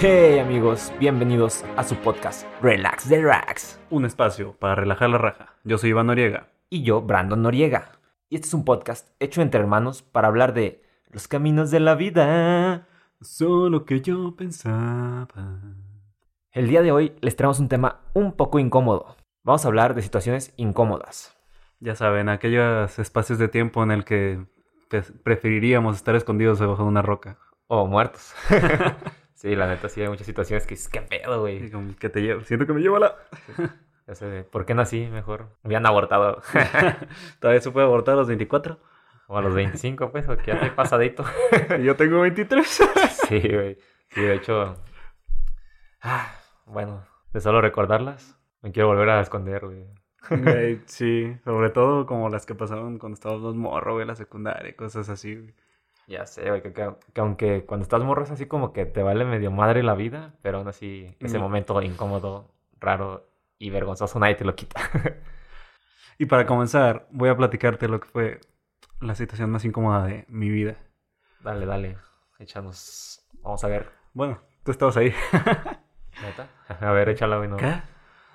Hey amigos, bienvenidos a su podcast Relax the Racks. Un espacio para relajar la raja. Yo soy Iván Noriega. Y yo, Brandon Noriega. Y este es un podcast hecho entre hermanos para hablar de los caminos de la vida. Solo que yo pensaba. El día de hoy les traemos un tema un poco incómodo. Vamos a hablar de situaciones incómodas. Ya saben, aquellos espacios de tiempo en el que pe- preferiríamos estar escondidos debajo de una roca. O muertos. sí, la neta, sí hay muchas situaciones que dices, qué pedo, Y güey. como que te llevo- Siento que me lleva la. O sea, ¿Por qué nací mejor? Me habían abortado. Todavía se puede abortar a los 24. o a los 25, pues, o que ya estoy pasadito. Y yo tengo 23. Sí, güey. Sí, de hecho. ah, bueno, de solo recordarlas, me quiero volver a esconder, güey. Güey, sí, sobre todo como las que pasaron cuando estábamos morro, güey, la secundaria, y cosas así. güey. Ya sé, güey, que, que- que aunque cuando estás morro es así como que te vale medio madre la vida, pero aún así ese Mm. momento incómodo, raro y vergonzoso nadie te lo quita. Y para comenzar, voy a platicarte lo que fue la situación más incómoda de mi vida. dale, dale, échanos. Vamos a ver, Bueno, tú estabas ahí. neta. A ver, échala, güey. no. ¿Qué?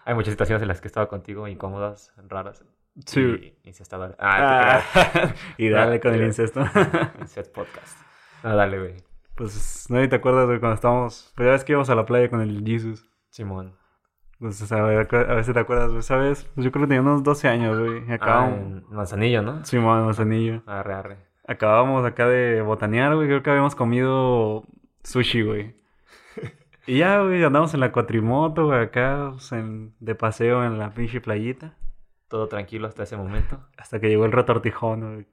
Hay muchas situaciones en las que he estado contigo incómodas, raras. Sí. Y, y sí está dale. Ah, te Ah, y dale con el Mira. incesto. creas. Inset Podcast. Ah, dale, güey. pues nadie te acuerdas de cuando estábamos. Pero ya ves que íbamos a la playa con el Jesus. Simón. Pues o sea, a, ver, a veces te acuerdas, güey. ¿Sabes? Pues yo creo que tenía unos 12 años, güey. Y Ah, Acabamos. en Manzanillo, ¿no? Simón, Manzanillo. Arre, arre. Acabamos acá de botanear, güey. Creo que habíamos comido sushi, güey. Y ya, güey, andamos en la cuatrimoto, güey, acá, pues, en- de paseo en la pinche playita. Todo tranquilo hasta ese momento, Hasta que llegó el retortijón, güey.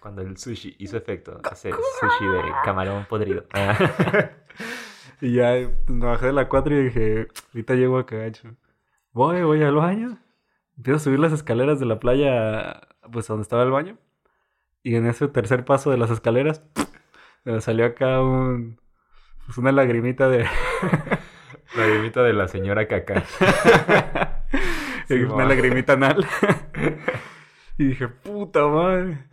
cuando el sushi hizo efecto. Hace sushi de camarón podrido. Ah, Y ya eh, me bajé de la 4 y dije, ahorita llego a cagacho. Voy, voy al baño. Empiezo a subir las escaleras de la playa, pues a donde estaba el baño. Y en ese tercer paso de las escaleras, me salió acá un, pues una lagrimita de... La lagrimita de la señora caca. una Simón. lagrimita anal. y dije, puta madre.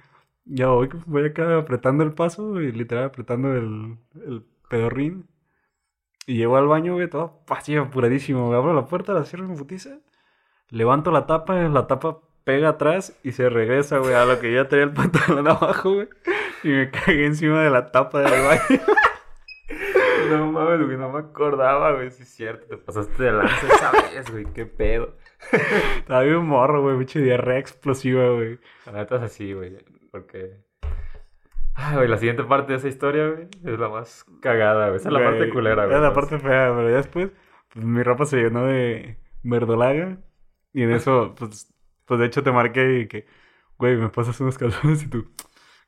Ya voy, voy acá apretando el paso y literal apretando el, el pedorrín. Y llego al baño, güey, todo así apuradísimo. güey. Abro la puerta, la cierro en putiza. Levanto la tapa, la tapa pega atrás y se regresa, güey, a lo que yo tenía el pantalón abajo, güey. Y me cagué encima de la tapa del baño. No mames, güey, no me acordaba, güey. Sí, es cierto, te pasaste de lanza esa vez, güey. Qué pedo. Estaba bien morro, güey, mucha diarrea explosiva, güey. La neta es así, güey. Porque. Ay, güey, la siguiente parte de esa historia, güey, es la más cagada, güey. Esa es la Güey, parte culera, güey. Era la ¿no? parte fea, pero ya después pues, mi ropa se llenó de verdolaga. Y en eso, pues, pues de hecho te marqué y que, güey, me pasas unos calzones y tú,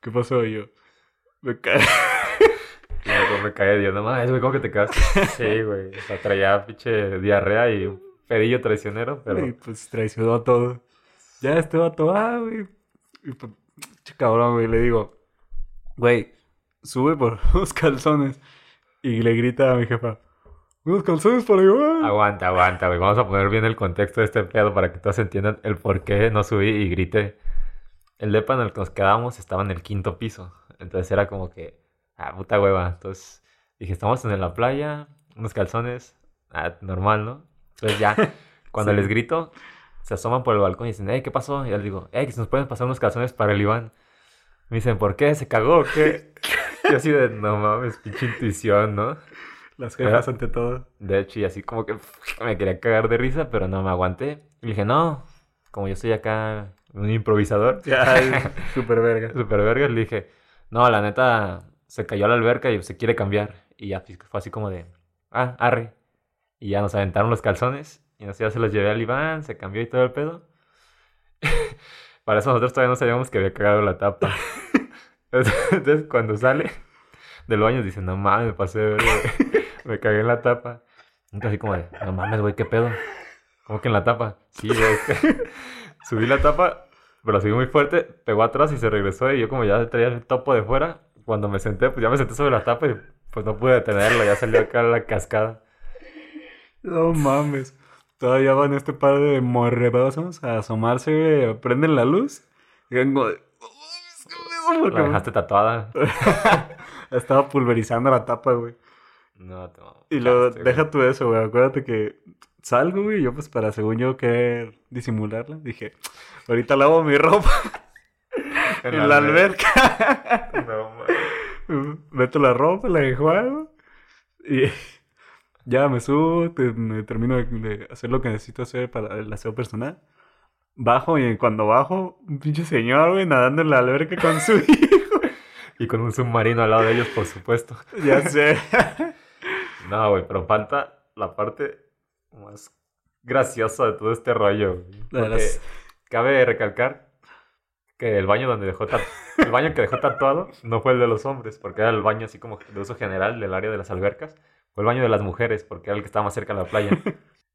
¿qué pasó? Y yo, me cae. No, como Ah, me caí, Dios, no mames, güey, ¿cómo que te quedaste? Sí, güey. O sea, traía pinche diarrea y un pedillo traicionero, pero. Y pues traicionó todo. Ya este vato, ah, güey. Y pues, che cabrón, güey, le digo, güey, sube por unos calzones. Y le grita a mi jefa, unos calzones para llevar. Aguanta, aguanta, güey. Vamos a poner bien el contexto de este pedo para que todos entiendan el por qué no subí y grité. El depa en el que nos quedamos estaba en el quinto piso. Entonces era como que, ah, puta hueva. Entonces dije, estamos en la playa, unos calzones, ah, normal, ¿no? Entonces ya, cuando Sí. les grito, se asoman por el balcón y dicen, hey, ¿qué pasó? Y yo les digo, hey, que se nos pueden pasar unos calzones para el Iván. Me dicen, ¿por qué? ¿Se cagó o qué? Yo así de, no mames, pinche intuición, ¿no? Las jefas Ah. ante todo. De hecho, y así como que me quería cagar de risa, pero no me aguanté. Y dije, no, como yo soy acá un improvisador, Ya, super verga. super vergas, le dije, no, la neta, se cayó a la alberca y se quiere cambiar. Y ya pues, fue así como de, ah, arre. Y ya nos aventaron los calzones. Y nos ya se los llevé al Iván, se cambió y todo el pedo. Para eso nosotros todavía no sabíamos que había cagado la tapa. Entonces, cuando sale del baño, dice, no mames, me pasé de verga, güey. Me cagué en la tapa. Entonces, así como de, no mames, güey, qué pedo. ¿Cómo que en la tapa? Sí, güey. Subí la tapa, pero la subí muy fuerte, pegó atrás y se regresó. Y yo, como ya traía el topo de fuera, cuando me senté, pues ya me senté sobre la tapa y pues no pude detenerlo. Ya salió acá la cascada. No mames. Todavía van este par de morredosos a asomarse, güey, Prenden la luz. Y van como de, "No mames, ¿qué pedo?" La Porque dejaste tatuada. Estaba pulverizando la tapa, güey. No, te mames. Y Ya, lo, estoy- deja tú eso, güey. Acuérdate que salgo, güey. y Yo, pues, para según yo querer disimularla, dije, ahorita lavo mi ropa en, la alberca. No, mames. Meto la ropa, la enjuago. Y ya me subo, te- me termino de, de hacer lo que necesito hacer para el aseo personal. Bajo y cuando bajo, un pinche señor, güey, nadando en la alberca con su hijo. Y con un submarino al lado de ellos, por supuesto. ya sé. No, güey, pero falta la parte más graciosa de todo este rollo. güey. La de Porque las- Cabe recalcar que el baño donde dejó tat- el baño que dejó tatuado no fue el de los hombres, porque era el baño así como de uso general del área de las albercas. Fue el baño de las mujeres, porque era el que estaba más cerca de la playa.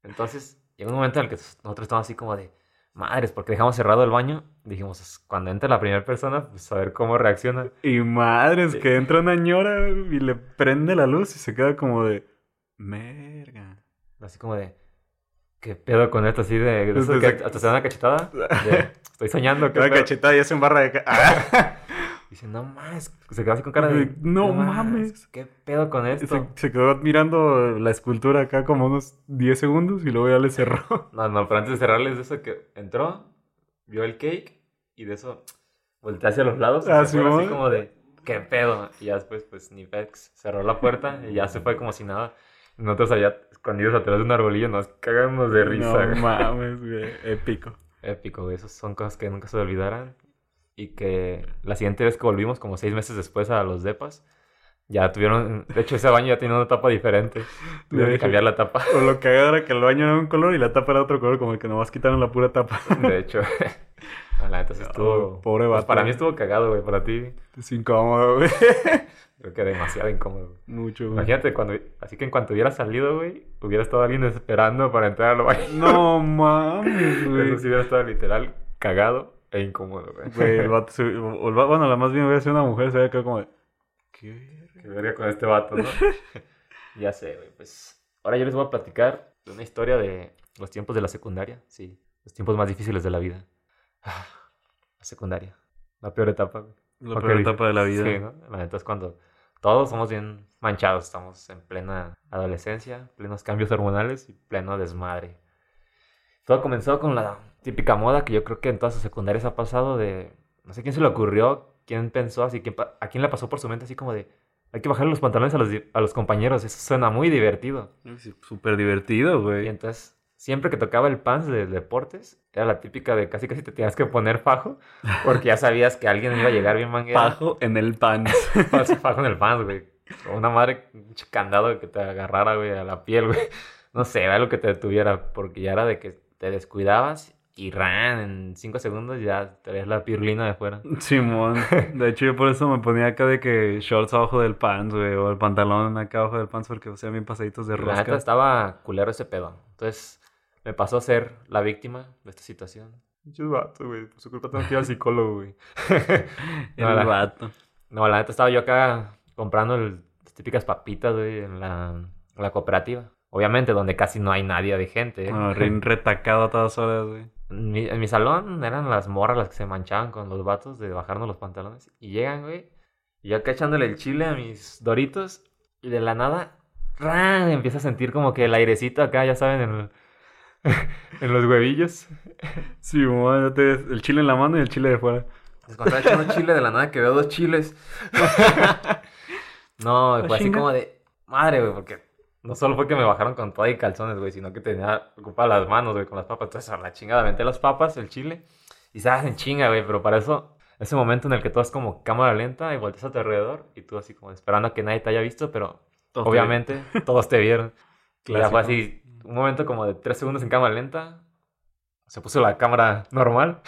Entonces, llegó un momento en el que nosotros estábamos así como de madres, porque dejamos cerrado el baño. Dijimos, "Es- cuando entre la primera persona, pues a ver cómo reacciona. Y madres, que entra una ñora güey, y le prende la luz y se queda como de. Merga. Así como de, ¿qué pedo con esto? Así de, de esos que Desde- hasta se dan una cachetada. de, estoy soñando. ¿qué Una pedo?". cachetada y hace un barra de. ca- Ah, Dice, no mames. Se quedó así con cara de, No mames". ¿Qué pedo con se, esto? se quedó mirando la escultura acá como unos 10 segundos y luego ya le cerró. No, no, pero antes de cerrarles de eso que entró, vio el cake y de eso volteó hacia los lados. y Ah, se fue así Simón. como de, ¿qué pedo? Y ya después, pues, ni pex, cerró la puerta y ya se fue como si nada. Y Nosotros allá escondidos atrás de un arbolillo nos cagamos de risa. No güey. mames, güey. Épico. Épico, güey. Esas son cosas que nunca se olvidarán. Y que la siguiente vez que volvimos, como seis meses después a los depas, ya tuvieron... De hecho, ese baño ya tenía una tapa diferente. Tuvieron que hecho. cambiar la tapa. O lo que ahora que el baño era un color y la tapa era otro color, como que nomás quitaron la pura tapa. De hecho, a la neta sí No, estuvo. pobre pues, vato. para mí estuvo cagado, güey. Para ti, Es incómodo, güey. creo que demasiado incómodo. güey. Mucho, güey. Imagínate, cuando, así que en cuanto hubiera salido, güey, hubiera estado alguien esperando para entrar al baño. No mames, güey. Eso sí hubiera estado literal cagado e incómodo, güey. Güey, el vato se- o el va- bueno, la más bien hubiera sido una mujer, se había quedado como de. ¿Qué? verga?". Qué verga con este vato, ¿no? ya sé, güey. Pues ahora yo les voy a platicar de una historia de los tiempos de la secundaria. Sí, los tiempos más difíciles de la vida. Ah, La secundaria. La peor etapa, güey. La Porque peor dije- etapa de la vida. Sí, ¿no? La neta es cuando todos somos bien manchados. Estamos en plena adolescencia, plenos cambios hormonales y pleno desmadre. Todo comenzó con la típica moda que yo creo que en todas sus secundarias ha pasado de... No sé quién se le ocurrió, quién pensó así, quién pa- a quién le pasó por su mente así como de... Hay que bajar los pantalones a los, di- a los compañeros, eso suena muy divertido. Súper divertido, Y güey. entonces, siempre que tocaba el pants de deportes, era la típica de casi casi te tenías que poner fajo, porque ya sabías que alguien iba a llegar bien mangueado. Pajo en el pan. Falso fajo en el pants, güey. O Una madre, un pinche candado que te agarrara, güey, a la piel, güey. No sé, era lo que te detuviera, porque ya era de que te descuidabas y ran, en cinco segundos ya traías la pirulina de fuera. Simón. De hecho, yo por eso me ponía acá de que shorts abajo del pants, güey. O el pantalón acá abajo del pants porque hacían bien pasaditos de La neta rosca. estaba culero ese pedo. Entonces, me pasó a ser la víctima de esta situación. Muchos vatos, güey. Por su culpa tengo que ir al psicólogo, güey. No, la- El vato. No, la neta estaba yo acá comprando el- las típicas papitas, güey, en la, en la cooperativa. Obviamente, donde casi no hay nadie de gente. ¿eh? No, bien Ah, retacado a todas horas, güey. En mi, en mi salón eran las morras las que se manchaban con los vatos de bajarnos los pantalones. Y llegan, güey. Y yo acá echándole el chile a mis doritos. Y de la nada, ¡ran! Empieza a sentir como que el airecito acá, ya saben, en, el- en los huevillos. Simón, ya te- el chile en la mano y el chile de fuera. Entonces, Pues cuando estaba echando chile, de la nada que veo dos chiles. no, güey, Ah, fue así chinga. como de madre, güey, porque no solo fue que me bajaron con toda y calzones, güey, sino que tenía ocupadas las manos, güey, con las papas. Entonces, a la chingada, aventé las papas, el chile, y se hacen chinga, güey, pero para eso, ese momento en el que tú vas como cámara lenta y volteas a tu alrededor y tú así como esperando a que nadie te haya visto, pero Todos obviamente todos te vieron. Y ya Clásico. fue así, un momento como de tres segundos en cámara lenta. Se puso la cámara normal.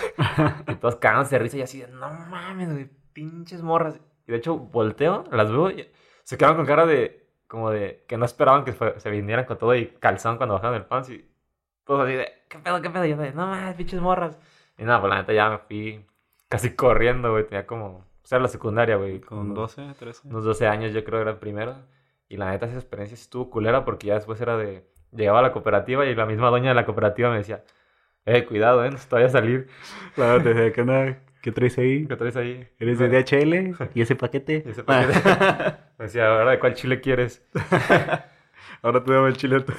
y todos cagándose de risa y así de, no mames, güey, pinches morras. Y de hecho, volteo, las veo y se quedaron con cara de, como de, que no esperaban que fue- se vinieran con todo y calzón cuando bajaron el pants. Y todos así de, qué pedo, qué pedo. Y yo de, no mames, pinches morras. Y nada, pues la neta ya me fui casi corriendo, güey. Tenía como, o sea, la secundaria, güey. Con unos- 12, 13. unos 12 años yo creo era el primero. Y la neta esa experiencia sí estuvo culera porque ya después era de... Llegaba a la cooperativa y la misma doña de la cooperativa me decía, eh, cuidado, eh, no se te vaya a salir. Claro, desde que nada. ¿Qué traes ahí? ¿Qué traes ahí? ¿Eres de DHL? ¿Y ese paquete? Y ese paquete. Me decía, ¿ahora de cuál chile quieres? Ahora te dame el chileto.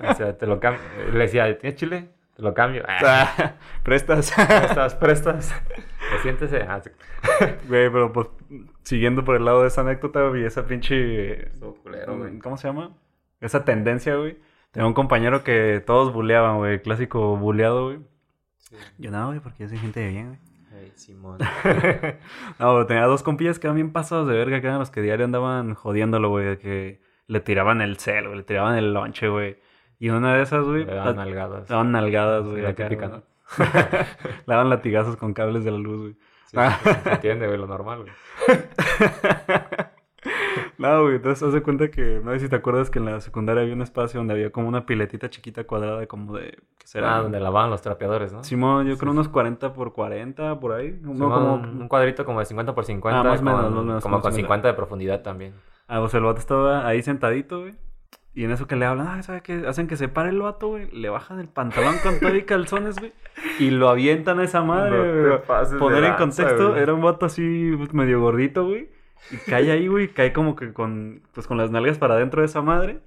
Me decía, te lo cambio. Le decía, ¿tienes chile? Te lo cambio. Ah, Ah, Prestas. prestas, prestas. Pues Siéntese. Ah, sí. Güey, pero pues siguiendo por el lado de esa anécdota, güey, esa pinche. Estuvo culero, güey. ¿Cómo se llama? Esa tendencia, güey. Tenía un compañero que todos buleaban, güey. Clásico buleado, güey. Sí. Yo no, güey, porque yo soy gente de bien, güey. Ey, Simón. No, pero tenía dos compillas que eran bien pasados de verga, que eran los que diario andaban jodiéndolo, güey. de Que le tiraban el cel, güey, le tiraban el lonche, güey. Y una de esas, güey. Le daban la- nalgadas. le daban nalgadas, güey. La acá, típica, güey. ¿no? Le daban latigazos con cables de la luz, güey. Sí, sí, sí, se entiende, güey, lo normal, güey. No, güey, entonces haz de cuenta que, no sé si te acuerdas que en la secundaria había un espacio donde había como una piletita chiquita cuadrada, como de, ¿qué será? Ah, donde lavaban los trapeadores, ¿no? Simón, yo creo Sí, unos 40 por 40, por ahí. No, Simón, como... un un cuadrito como de 50 por 50. Ah, más o menos, con- más o menos, Como más o con menos. 50 de profundidad también. Ah, pues el vato estaba ahí sentadito, güey. Y en eso que le hablan, ah, ¿sabes qué? Hacen que se pare el vato, güey. Le bajan el pantalón con todo y calzones, güey. Y lo avientan a esa madre, No güey. te güey. pases de Poner en lanza, contexto, güey. era un vato así medio gordito, güey. Y cae ahí, güey. Cae como que con, pues, con las nalgas para adentro de esa madre.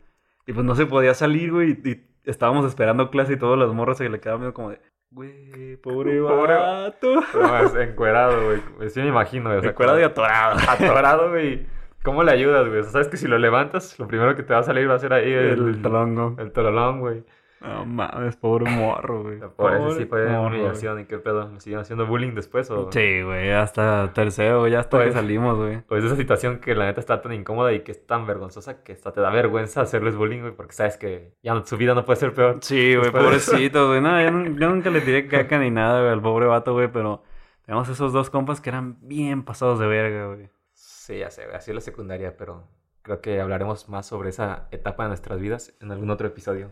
Y pues no se podía salir, güey. Y, y estábamos esperando clase y todos los morros se le quedaban viendo como de, güey, pobre, Pobre- vato. No, es encuerado, güey. Sí me imagino, güey. o sea, Recuerda de como- atorado. atorado, güey. ¿Cómo le ayudas, güey? O sea, sabes que si lo levantas, lo primero que te va a salir va a ser ahí el, El tronco. el tololón, güey. No mames, pobre morro, güey. Por eso sí Pobre fue morro, humillación y qué pedo. ¿Me siguieron haciendo bullying después o...? güey. Sí, güey, hasta tercero, güey, ya hasta que Pues- salimos, güey. O es esa situación que la neta está tan incómoda y que es tan vergonzosa que hasta te da vergüenza hacerles bullying, güey, porque sabes que ya no- su vida no puede ser peor. Sí, güey, Después de eso. pobrecito, güey. No, yo, nun- yo nunca le tiré caca ni nada, güey, al pobre vato, güey, pero tenemos esos dos compas que eran bien pasados de verga, güey. Sí, ya sé, güey. Así es la secundaria, pero creo que hablaremos más sobre esa etapa de nuestras vidas en algún otro episodio.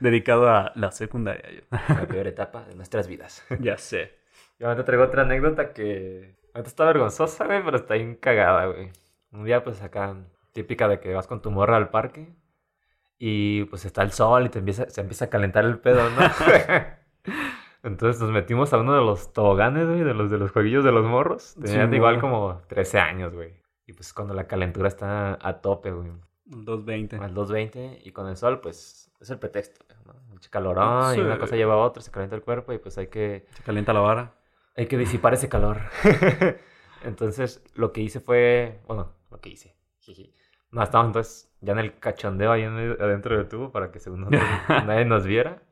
Dedicado a la secundaria, yo. La peor etapa de nuestras vidas. ya sé. Y ahora te traigo otra anécdota que... Ahorita está vergonzosa, güey, pero está bien cagada, güey. Un día, pues, acá, típica de que vas con tu morra al parque y, pues, está el sol y te empieza, se empieza a calentar el pedo, ¿no? Entonces nos metimos a uno de los toboganes, güey, de los, de los jueguillos de los morros. Tenían Simón. igual como 13 años, güey. Y, pues, cuando la calentura está a tope, güey. Un 220. Al 2.20 y con el sol, pues, es el pretexto, ¿no? Mucho calorón Sí. y una cosa lleva a otra, se calienta el cuerpo y, pues, hay que... Se calienta la vara. Hay que disipar ese calor. entonces, lo que hice fue. Bueno, lo que hice. jiji. No, estábamos entonces ya en el cachondeo ahí en el- adentro del tubo para que según nosotros nadie nos viera.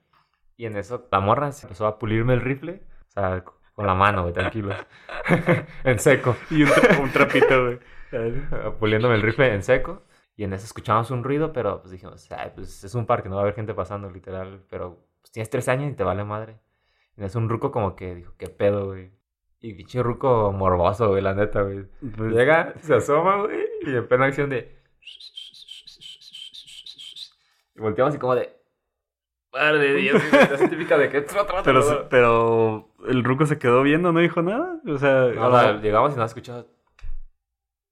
Y en eso, la morra se empezó a pulirme el rifle. O sea, con la mano, güey, tranquilo. en seco. Y un, tra- un trapito, güey. Puliéndome el rifle en seco. Y en eso escuchamos un ruido, pero pues dijimos, "Ay, pues es un parque, no va a haber gente pasando, literal. Pero pues, tienes tres años y te vale madre. Y es un ruco como que dijo, qué pedo, güey. Y pinche ruco morboso, güey, la neta, güey. Pues, Llega, se asoma, güey, y en plena acción de... Y volteamos y como de... Madre de Dios, güey, esa típica de que... Pero, se- pero el ruco se quedó viendo, no dijo nada. O sea, No, o sea, llegamos y nos escuchado.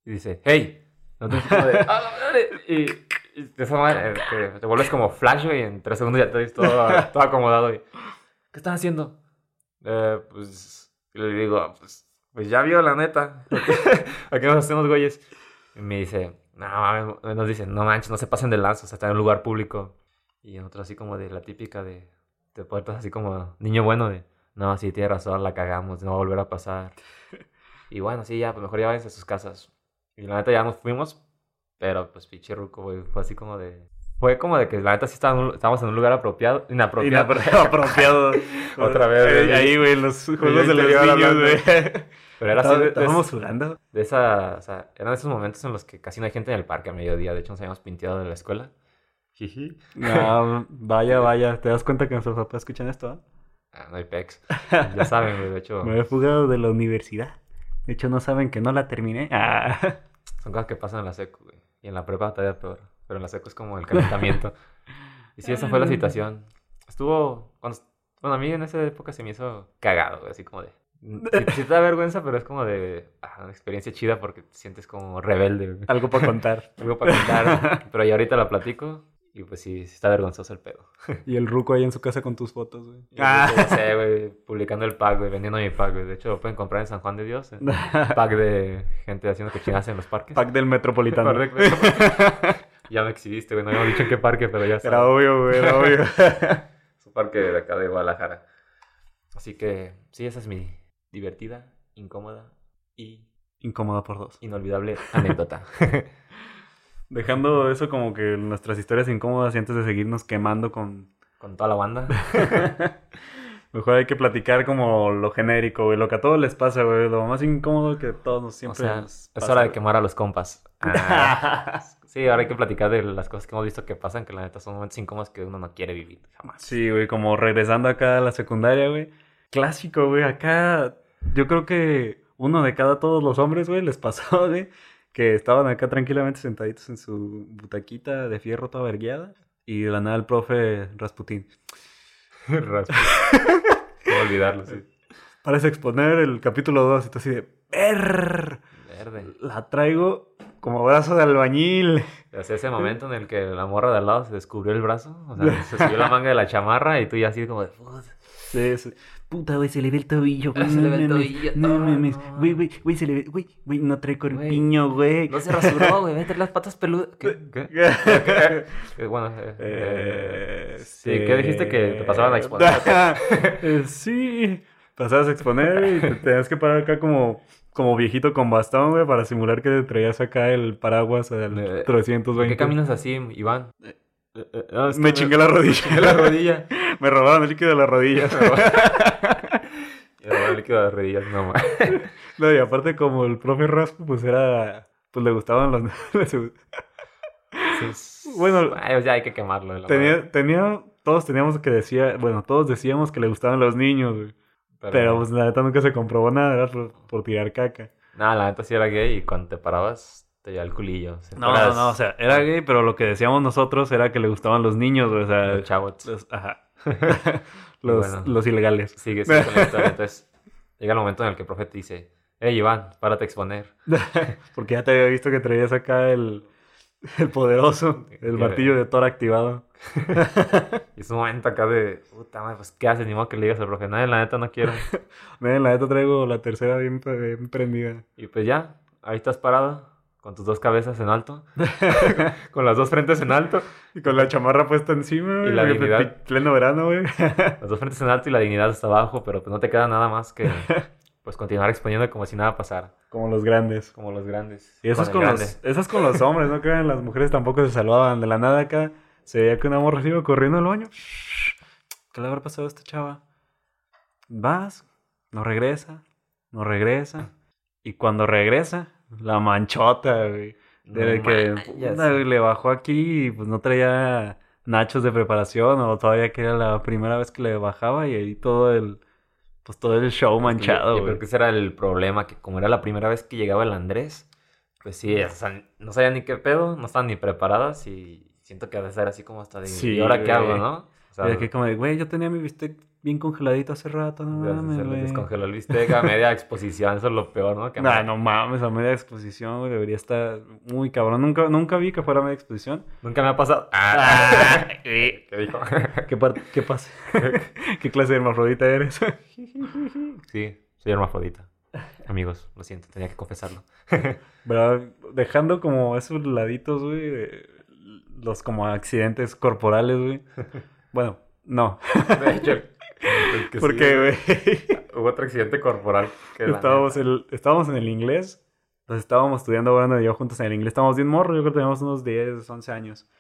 Y dice, hey. Nosotros como de, "Ah, la madre", y, y de esa manera eh, te, te vuelves como flash, güey, y en tres segundos ya te ves todo, todo acomodado. Y, ¿Qué están haciendo? "Eh, pues, y le digo, "Ah, pues, pues ya vio la neta. ¿A qué- ¿A qué nos hacemos, güeyes? Y me dice, no, mames", nos dice, no manches, no se pasen de lanzos, está en un lugar público. Y nosotros así como de la típica de, te puertas así como niño bueno de, no, sí, tiene razón, la cagamos, no va a volver a pasar. Y bueno, sí, ya, pues mejor ya váyanse a sus casas. Y la neta ya nos fuimos, pero pues pinche ruco, güey, fue así como de... Fue como de que la neta sí estaba en un lu- estábamos en un lugar apropiado, inapropiado. Inapro- apropiado. Otra vez, Eh, güey. Ahí, güey, los juegos de los interior niños, hablando. güey. Pero era así de, Estábamos de, sudando. de esa... O sea, eran esos momentos en los que casi no hay gente en el parque a mediodía. De hecho, nos habíamos pinteado de la escuela. Jiji. No, vaya, vaya. ¿Te das cuenta que nuestros papás escuchan esto? ah? Ah, no hay pex. Ya saben, güey, de hecho, Me he fugado de la universidad. De hecho, no saben que no la terminé. Ah. son cosas que pasan en la secu, güey. Y en la prepa todavía peor. Pero en la secu es como el calentamiento. y sí, esa fue la situación. Estuvo... Cuando, bueno, a mí en esa época se me hizo cagado, güey, así como de... Sí, sí te da vergüenza, pero es como de ah, una experiencia chida porque te sientes como rebelde. güey. Algo para contar. Algo para contar. pero ya ahorita la platico Y pues sí, sí está vergonzoso el pedo. Y el ruco ahí en su casa con tus fotos, güey. Y pues, ya sé, güey, publicando el pack, güey, vendiendo mi pack, güey. De hecho, lo pueden comprar en San Juan de Dios. El pack de gente haciendo cochinadas en los parques. Pack del Metropolitano. Correcto. ya me exhibiste, güey. No habíamos dicho en qué parque, pero ya Era está. obvio, güey, era obvio. Es un parque de acá de Guadalajara. Así que, sí, esa es mi divertida, incómoda y Incómoda por dos. inolvidable anécdota. Dejando eso como que nuestras historias incómodas y antes de seguirnos quemando con... Con toda la banda. Mejor hay que platicar como lo genérico, güey, lo que a todos les pasa, güey, lo más incómodo que a todos nos siempre o sea, nos es pasa, hora de güey. quemar a los compas. Ah. sí, ahora hay que platicar de las cosas que hemos visto que pasan, que la neta son momentos incómodos que uno no quiere vivir jamás. Sí, güey, como regresando acá a la secundaria, güey. Clásico, güey, acá yo creo que uno de cada todos los hombres, güey, les pasó, güey, que estaban acá tranquilamente sentaditos en su butaquita de fierro toda vergueada y de la nada el profe Rasputín. Raspa. Puedo olvidarlo, sí. Parece exponer el capítulo 2 y tú así de... "Err, Verde. La traigo como brazo de albañil. O sea, ese momento en el que la morra de al lado se descubrió el brazo, o sea, se subió la manga de la chamarra y tú ya así como de... "Put". Sí, sí. Puta, güey, se le ve el tobillo, güey. Ah, se le ve el mames, tobillo, No ah, mames. no. Güey, güey, güey, se le ve. Güey, güey, no trae Güey. corpiño, güey. No se rasuró, güey, vete las patas peludas. ¿Qué? ¿Qué? Eh, Bueno, eh, eh, sí, ¿qué dijiste que te pasaban a exponer? Eh, sí, pasabas a exponer güey, y te tenías que parar acá como, como viejito con bastón, güey, para simular que te traías acá el paraguas Eh, al ¿Por 320. qué caminas así, Iván? Eh, Me chingué la rodilla. chingué la rodilla. Me robaron el líquido de la rodilla. Y ahora el líquido de las rodillas, no, ma. No, y aparte como el profe Raspo, pues era... Pues le gustaban los... Sí, Bueno, ay, o sea, hay que quemarlo. de la madre. Tenía, tenía, todos teníamos que decía, bueno, todos decíamos que le gustaban los niños, güey. Pero, pues la neta nunca se comprobó nada, era por, por tirar caca. Nada, la neta sí era gay y cuando te parabas te llevaba el culillo. Si No, fueras no, no, o sea, era gay, pero lo que decíamos nosotros era que le gustaban los niños, güey, o sea, un chavo, t- los, ajá. los, Bueno. los ilegales. sigue sigue con la historia. Entonces llega el momento en el que el profe te dice, hey Iván, párate a exponer. Porque ya te había visto que traías acá el, el poderoso, Qué- el martillo de Thor activado. Y es un momento acá de, puta madre, pues ¿qué haces? Ni modo que le digas al profe, nada, la neta no quiero. Miren, la neta traigo la tercera bien, bien prendida. Y pues ya, ahí estás parado, con tus dos cabezas en alto, con las dos frentes en alto, Y con la chamarra puesta encima, güey, la porque dignidad. pleno verano, güey. las dos frentes en alto y la dignidad hasta abajo, pero pues no te queda nada más que pues continuar exponiendo como si nada pasara, Como los grandes. como los grandes. Y eso es el con grande. los, eso es con los hombres, no crean, las mujeres tampoco se salvaban de la nada acá. Se veía que una morra se iba corriendo al baño. Shh, ¿Qué le habrá pasado a esta chava? Vas, no regresa, no regresa. Y cuando regresa, la manchota, güey. De No que manches. puta, güey, le bajó aquí y pues no traía nachos de preparación o todavía que era la primera vez que le bajaba y ahí todo el, pues todo el show manchado, Yo, yo güey. creo que ese era el problema, que como era la primera vez que llegaba el Andrés, pues sí, o sea, no sabían ni qué pedo, no estaban ni preparadas y siento que ha de ser así como hasta de, Sí, ¿y ahora qué hago, güey. no? O sea, Y de que como de, güey, yo tenía mi bistec bien congeladito hace rato, no ya se- mames, se les güey. descongeló el bistec a media exposición, eso es lo peor, ¿no? Que Nah, no mames, a media exposición, güey, debería estar muy cabrón. Nunca, nunca vi que fuera media exposición. Nunca me ha pasado. Ah, ¿Qué dijo? ¿Qué, par- qué pasa? ¿Qué clase de hermafrodita eres? sí, soy hermafrodita. Amigos, lo siento, tenía que confesarlo. Pero dejando como esos laditos, güey, de los como accidentes corporales, güey. Bueno, no, De hecho, porque, güey, hubo otro accidente corporal que la estábamos, neta- el- estábamos en el inglés. Entonces estábamos estudiando Brandon y yo juntos en el inglés. Estábamos bien morro, yo creo que teníamos unos 10, 11 años.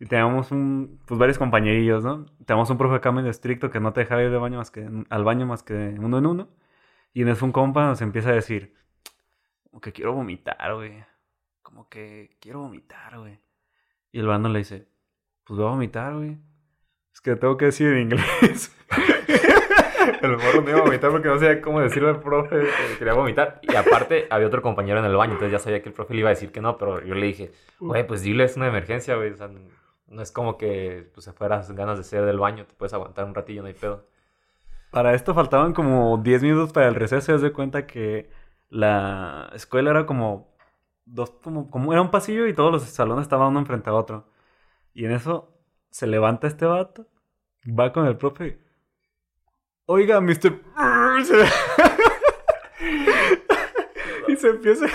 Y teníamos un, pues varios compañerillos, ¿no? Teníamos un profe acá medio estricto que no te dejaba ir de baño más que, al baño más que uno en uno. Y en eso un compa nos empieza a decir, como que quiero vomitar, güey. Como que quiero vomitar, güey. Y el Brandon le dice, pues voy a vomitar, güey. Es que tengo que decir en inglés. El morro no iba a vomitar porque no sabía cómo decirle al profe que quería vomitar. Y aparte, había otro compañero en el baño, entonces ya sabía que el profe le iba a decir que no, pero yo le dije, güey, pues dile, es una emergencia, güey. O sea, no es como que pues, fueras ganas de ser del baño, te puedes aguantar un ratillo, no hay pedo. Para esto faltaban como 10 minutos para el receso. Haz de cuenta que la escuela era como dos, como, como era un pasillo y todos los salones estaban uno enfrente a otro. Y en eso se levanta este vato, va con el profe. Oiga, Mr. y se empieza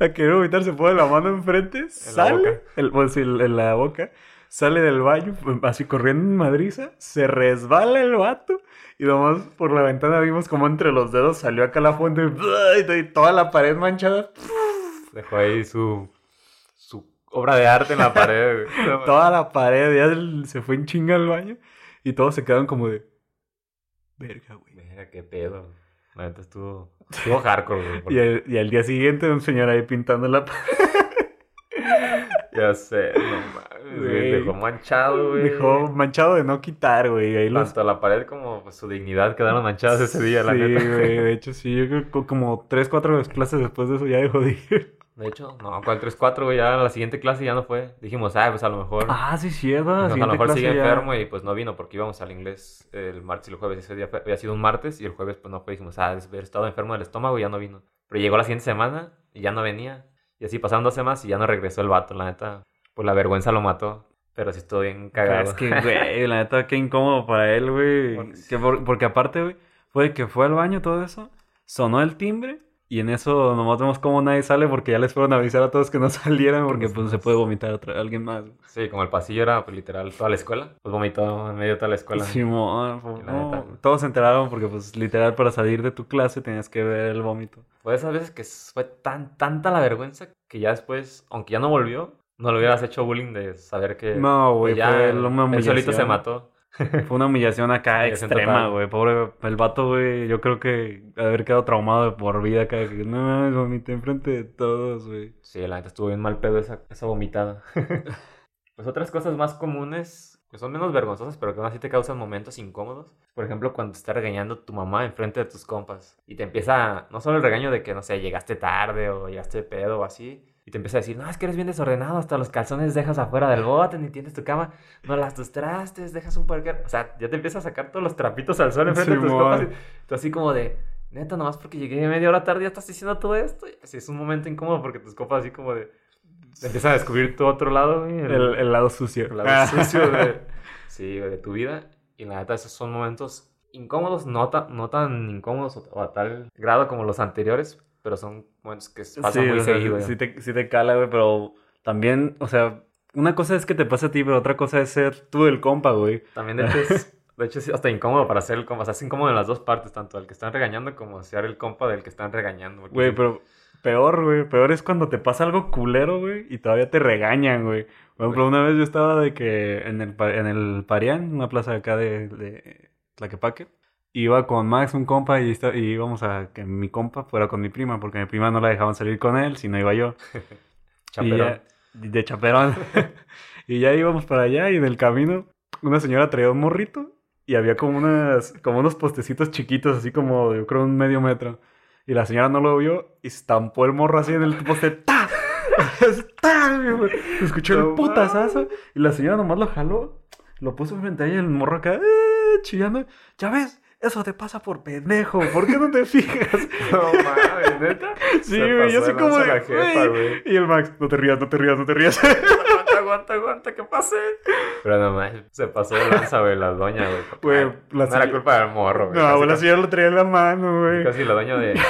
a, a querer vomitar, se pone la mano enfrente, sale, boca. el, bueno, sí, en en la boca, sale del baño, así corriendo en madriza, se resbala el vato y nomás por la ventana vimos como entre los dedos salió acá la fuente y toda la pared manchada, Dejó ahí su, su obra de arte en la pared. güey. No, toda la pared, ya el- se fue en chinga al baño y todos se quedaron como de... Verga, güey. Mira, qué pedo. La neta estuvo, estuvo hardcore, güey. Y, porque- al- y al día siguiente un señor ahí pintando la pared. Ya sé, no mames, güey. Güey. Dejó manchado, Ah, güey. Dejó manchado de no quitar, güey. Ahí los... Tanto la pared como pues, su dignidad quedaron manchadas ese día, la sí, neta. güey. De hecho, sí. Yo creo que co- como tres, cuatro clases después de eso ya dejó de ir. De hecho, no, ¿cuál 3-4, güey? Ya la siguiente clase ya no fue. Dijimos, ah, pues a lo mejor. Ah, sí, cierto. pues, a lo mejor sigue enfermo y pues no vino porque íbamos al inglés el martes y el jueves. Ese día fue- había sido un martes y el jueves pues no fue. Dijimos, ah, debe haber estado enfermo del estómago y ya no vino. Pero llegó la siguiente semana y ya no venía. Y así pasaron dos semanas y ya no regresó el vato, la neta. Pues la vergüenza lo mató. Pero sí estuvo bien cagado. Es que, güey, la neta, qué incómodo para él, güey. Porque- Que por- porque aparte, güey, fue que fue al baño todo eso, sonó el timbre y en eso nomás vemos cómo nadie sale porque ya les fueron a avisar a todos que no salieran porque pues se puede vomitar otra, alguien más. Sí, como el pasillo era pues, literal toda la escuela. Pues vomitó en medio de toda la escuela. Simón, pues, La no, neta. todos se enteraron porque pues literal para salir de tu clase tenías que ver el vómito. Fue esas veces que s- fue tan, tanta la vergüenza que ya después, aunque ya no volvió, no le hubieras hecho bullying de saber que No, que güey, Eh, pues ya fue una él humillación. solito se mató. Fue una humillación acá Humillación extrema, total. güey. Pobre, el vato, güey, yo creo que haber quedado traumado de por vida acá. que, no mames, vomité enfrente de todos, güey. Sí, la neta estuvo bien mal pedo esa, esa vomitada. pues otras cosas más comunes, que son menos vergonzosas, pero que aún así te causan momentos incómodos. Por ejemplo, cuando te está regañando tu mamá enfrente de tus compas. Y te empieza, no solo el regaño de que, no sé, llegaste tarde o llegaste de pedo o así. Y te empieza a decir, no, es que eres bien desordenado, hasta los calzones dejas afuera del bote, ni tienes tu cama, no las tus trastes, dejas un parque. O sea, ya te empieza a sacar todos los trapitos al sol enfrente de tus Simón. compas. y tú así como de, neta, nomás porque llegué media hora tarde ya estás diciendo todo esto. Y así es un momento incómodo porque tus compas así como de, te empiezan a descubrir tu otro lado, güey, el- El, Ah. el lado sucio. el lado sucio de, sí, güey, de tu vida. Y la neta, esos son momentos incómodos, no tan, no tan incómodos o, o a tal grado como los anteriores, pero son momentos que pasan sí, muy o sea, seguido. sí güey. te, sí te cala, güey, pero también, o sea, una cosa es que te pase a ti, pero otra cosa es ser tú el compa, güey. También, de hecho, es, de hecho, es hasta incómodo para hacer el compa. O sea, es incómodo en las dos partes, tanto al que están regañando como ser el compa del que están regañando. porque Güey, sí, pero peor, güey. Peor es cuando te pasa algo culero, güey, y todavía te regañan, güey. Por ejemplo, una vez yo estaba de que en el, pa- en el Parián, una plaza de acá de, de Tlaquepaque, iba con Max, un compa, y, esta- y íbamos a que mi compa fuera con mi prima, porque mi prima no la dejaban salir con él, si no iba yo. Y chaperón. ya- de chaperón. y ya íbamos para allá y en el camino una señora traía un morrito y había como, unas, como unos postecitos chiquitos, así como yo creo un medio metro. Y la señora no lo vio y estampó el morro así en el poste. ¡Ta! ¡Ta! güey. Se escuchó No el putazazo y la señora nomás lo jaló, lo puso enfrente a ella y el morro acá ¡eh! chillando. Ya ves, eso te pasa por pendejo. ¿Por qué no te fijas? No mames, neta. sí, Se güey, yo pasó sé de como lanza de, la jefa, "Güey". güey. Y el Max, no te rías, no te rías, no te rías. Aguanta, aguanta, aguanta, que pase. Pero nomás se pasó de lanza, güey, la doña, güey. Güey, la no era señora- culpa del morro, güey. No, Casi, güey, la señora lo traía en la mano, casi- güey. casi la doña de.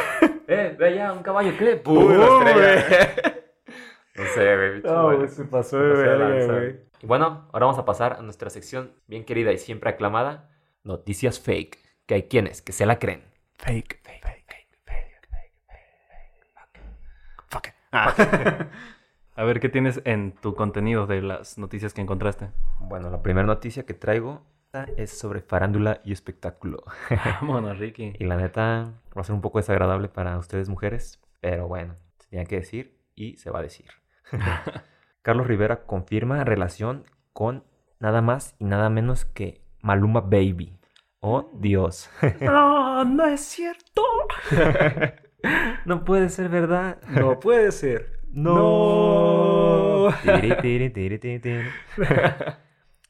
¡Eh, ve allá, un caballo! ¿Qué le ¡Pum, ¡Pum! lo estrella, güey! güey. No sé, güey. bicho, No, pues, güey. güey, se Se pasó de pasó de verga, lanza, güey. Y bueno, ahora vamos a pasar a nuestra sección bien querida y siempre aclamada: Noticias fake. Que hay quienes que se la creen. Fake, fake, fake, fake, fake, fake. Fuck it. Ah. A ver, ¿qué tienes en tu contenido de las noticias que encontraste? Bueno, la primera noticia que traigo es sobre farándula y espectáculo. Ah, Vámonos, Ricky. Y la neta va a ser un poco desagradable para ustedes mujeres, pero bueno, se tenía que decir y se va a decir. Carlos Rivera confirma relación con nada más y nada menos que Maluma Baby. Oh, Dios. No, no es cierto. No puede ser verdad. No puede ser. No. No. Tiri, tiri, tiri, tiri, tiri.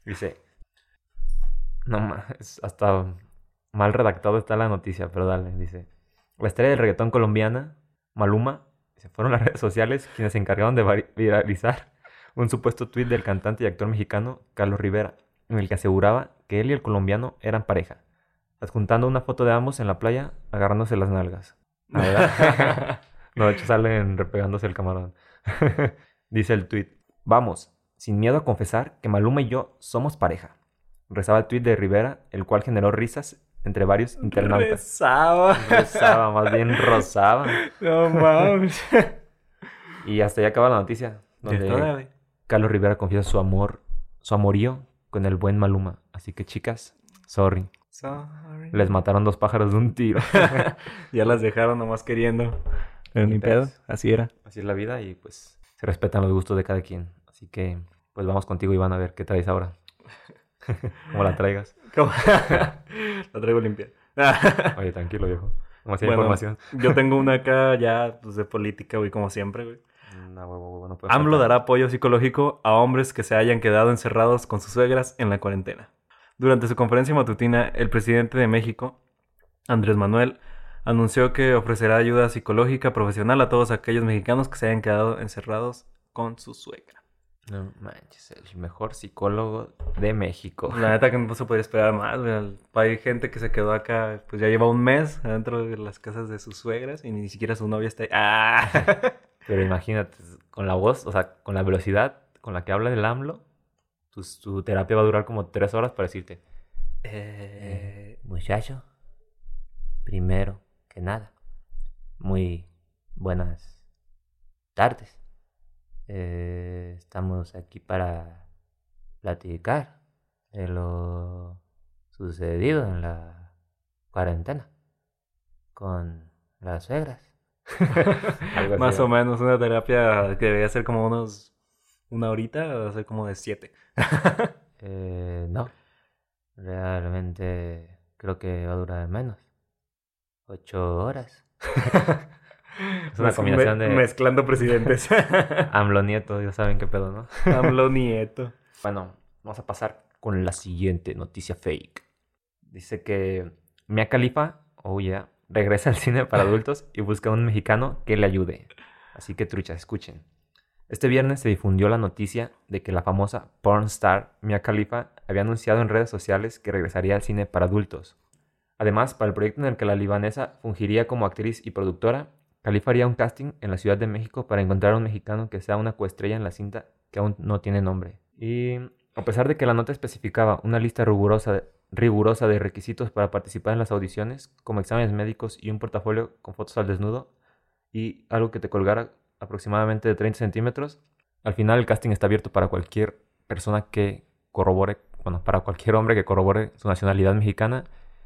Dice. No más. Hasta mal redactado está la noticia, pero dale. Dice. La estrella del reggaetón colombiana, Maluma, se fueron a las redes sociales quienes se encargaron de vari- viralizar un supuesto tuit del cantante y actor mexicano Carlos Rivera, en el que aseguraba que él y el colombiano eran pareja, adjuntando una foto de ambos en la playa agarrándose las nalgas. La verdad. no, de hecho salen repegándose el camarón. Dice el tuit, vamos, sin miedo a confesar que Maluma y yo somos pareja. Rezaba el tuit de Rivera, el cual generó risas entre varios internautas. Rezaba. Rezaba, más bien rozaba. No mames. Y hasta ahí acaba la noticia, donde Carlos Rivera confiesa su amor, su amorío con el buen Maluma. Así que chicas, sorry. Sorry. Les mataron dos pájaros de un tiro. Ya las dejaron nomás queriendo. Ni pedo, así era. Así es la vida y pues se respetan los gustos de cada quien. Así que pues vamos contigo Iván a ver qué traes ahora. ¿Cómo la traigas? La traigo limpia. Ah. Oye, tranquilo viejo. Demasiada Bueno, información. Yo tengo una acá ya pues, de política, güey, como siempre, güey. Mm, No, huevo, huevo, no puede AMLO faltar. dará apoyo psicológico a hombres que se hayan quedado encerrados con sus suegras en la cuarentena. Durante Durante su conferencia matutina, el presidente de México, Andrés Manuel, anunció que ofrecerá ayuda psicológica profesional a todos aquellos mexicanos que se hayan quedado encerrados con su suegra. No manches, el mejor psicólogo de México. La neta que no se podría esperar más. güey. Al- Hay gente que se quedó acá, pues ya lleva un mes adentro de las casas de sus suegras y ni siquiera su novia está ahí. ¡Ah! Pero imagínate, con la voz, o sea, con la velocidad con la que habla del AMLO, tu, tu terapia va a durar como tres horas para decirte, Eh, Muchacho, primero que nada, muy buenas tardes. Eh, estamos aquí para platicar de lo sucedido en la cuarentena con las suegras. Algo así, Más o ¿no? menos, una terapia que debería ser como unos. Una horita, va a ser como de siete. Eh, no, realmente creo que va a durar menos. Ocho horas. es una Mezc- combinación me- de... Mezclando presidentes. AMLO nieto, ya saben qué pedo, ¿no? AMLO Nieto. Bueno, vamos a pasar con la siguiente noticia fake. Dice que Mia Khalifa, oh yeah, regresa al cine para adultos y busca a un mexicano que le ayude. Así que truchas, escuchen. Este viernes se difundió la noticia de que la famosa pornstar Mia Khalifa había anunciado en redes sociales que regresaría al cine para adultos. Además, para el proyecto en el que la libanesa fungiría como actriz y productora, Khalifa haría un casting en la Ciudad de México para encontrar a un mexicano que sea una coestrella en la cinta que aún no tiene nombre. Y a pesar de que la nota especificaba una lista rigurosa, rigurosa de requisitos para participar en las audiciones, como exámenes médicos y un portafolio con fotos al desnudo, y algo que te colgara aproximadamente de 30 centímetros, al final el casting está abierto para cualquier persona que corrobore, bueno, para cualquier hombre que corrobore su nacionalidad mexicana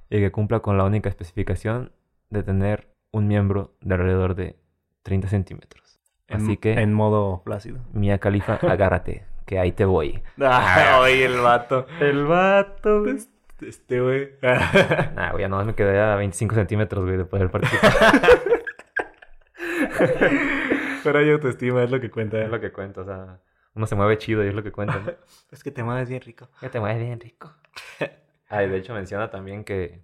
y que cumpla con la única especificación de tener un miembro de alrededor de 30 centímetros. En- Así que, En modo plácido. Mia Califa, agárrate, que ahí te voy. Ay, el vato. Ah, El vato, güey. Este, güey. Nah, güey, ya nomás me quedé a 25 centímetros, güey, de poder participar. Pero hay autoestima, es lo que cuenta. es eh. lo que cuenta, o sea, uno se mueve chido y es lo que cuenta, ¿no? Es que te mueves bien rico. Ya te mueves bien rico. Ay, de hecho menciona también que,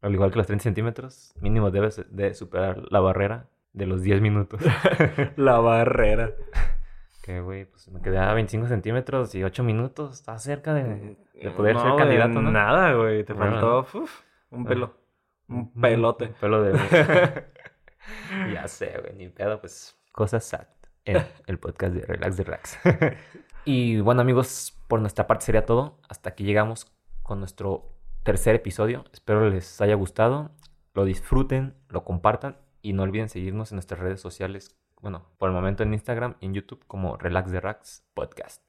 al igual que los 30 centímetros, mínimo debes de superar la barrera de los 10 minutos. La barrera. que, güey, pues me quedé a 25 centímetros y 8 minutos. Está cerca de, de poder ser No, güey, candidato, ¿no? Nada, güey. Te Bueno, faltó uf, un Ah. pelo. Un pelote. Un pelo de... ya sé, güey, ni pedo, pues. Cosas sad en el podcast de Relax de Rax. y bueno, amigos, por nuestra parte sería todo. Hasta aquí llegamos con nuestro tercer episodio. Espero les haya gustado. Lo disfruten, lo compartan y no olviden seguirnos en nuestras redes sociales. Bueno, por el momento en Instagram y en YouTube como Relax de Rax Podcast.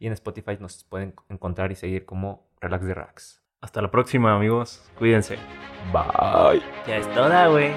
Y en Spotify nos pueden encontrar y seguir como Relax de Rax. Hasta la próxima, amigos. Cuídense. Bye. Ya es toda, güey.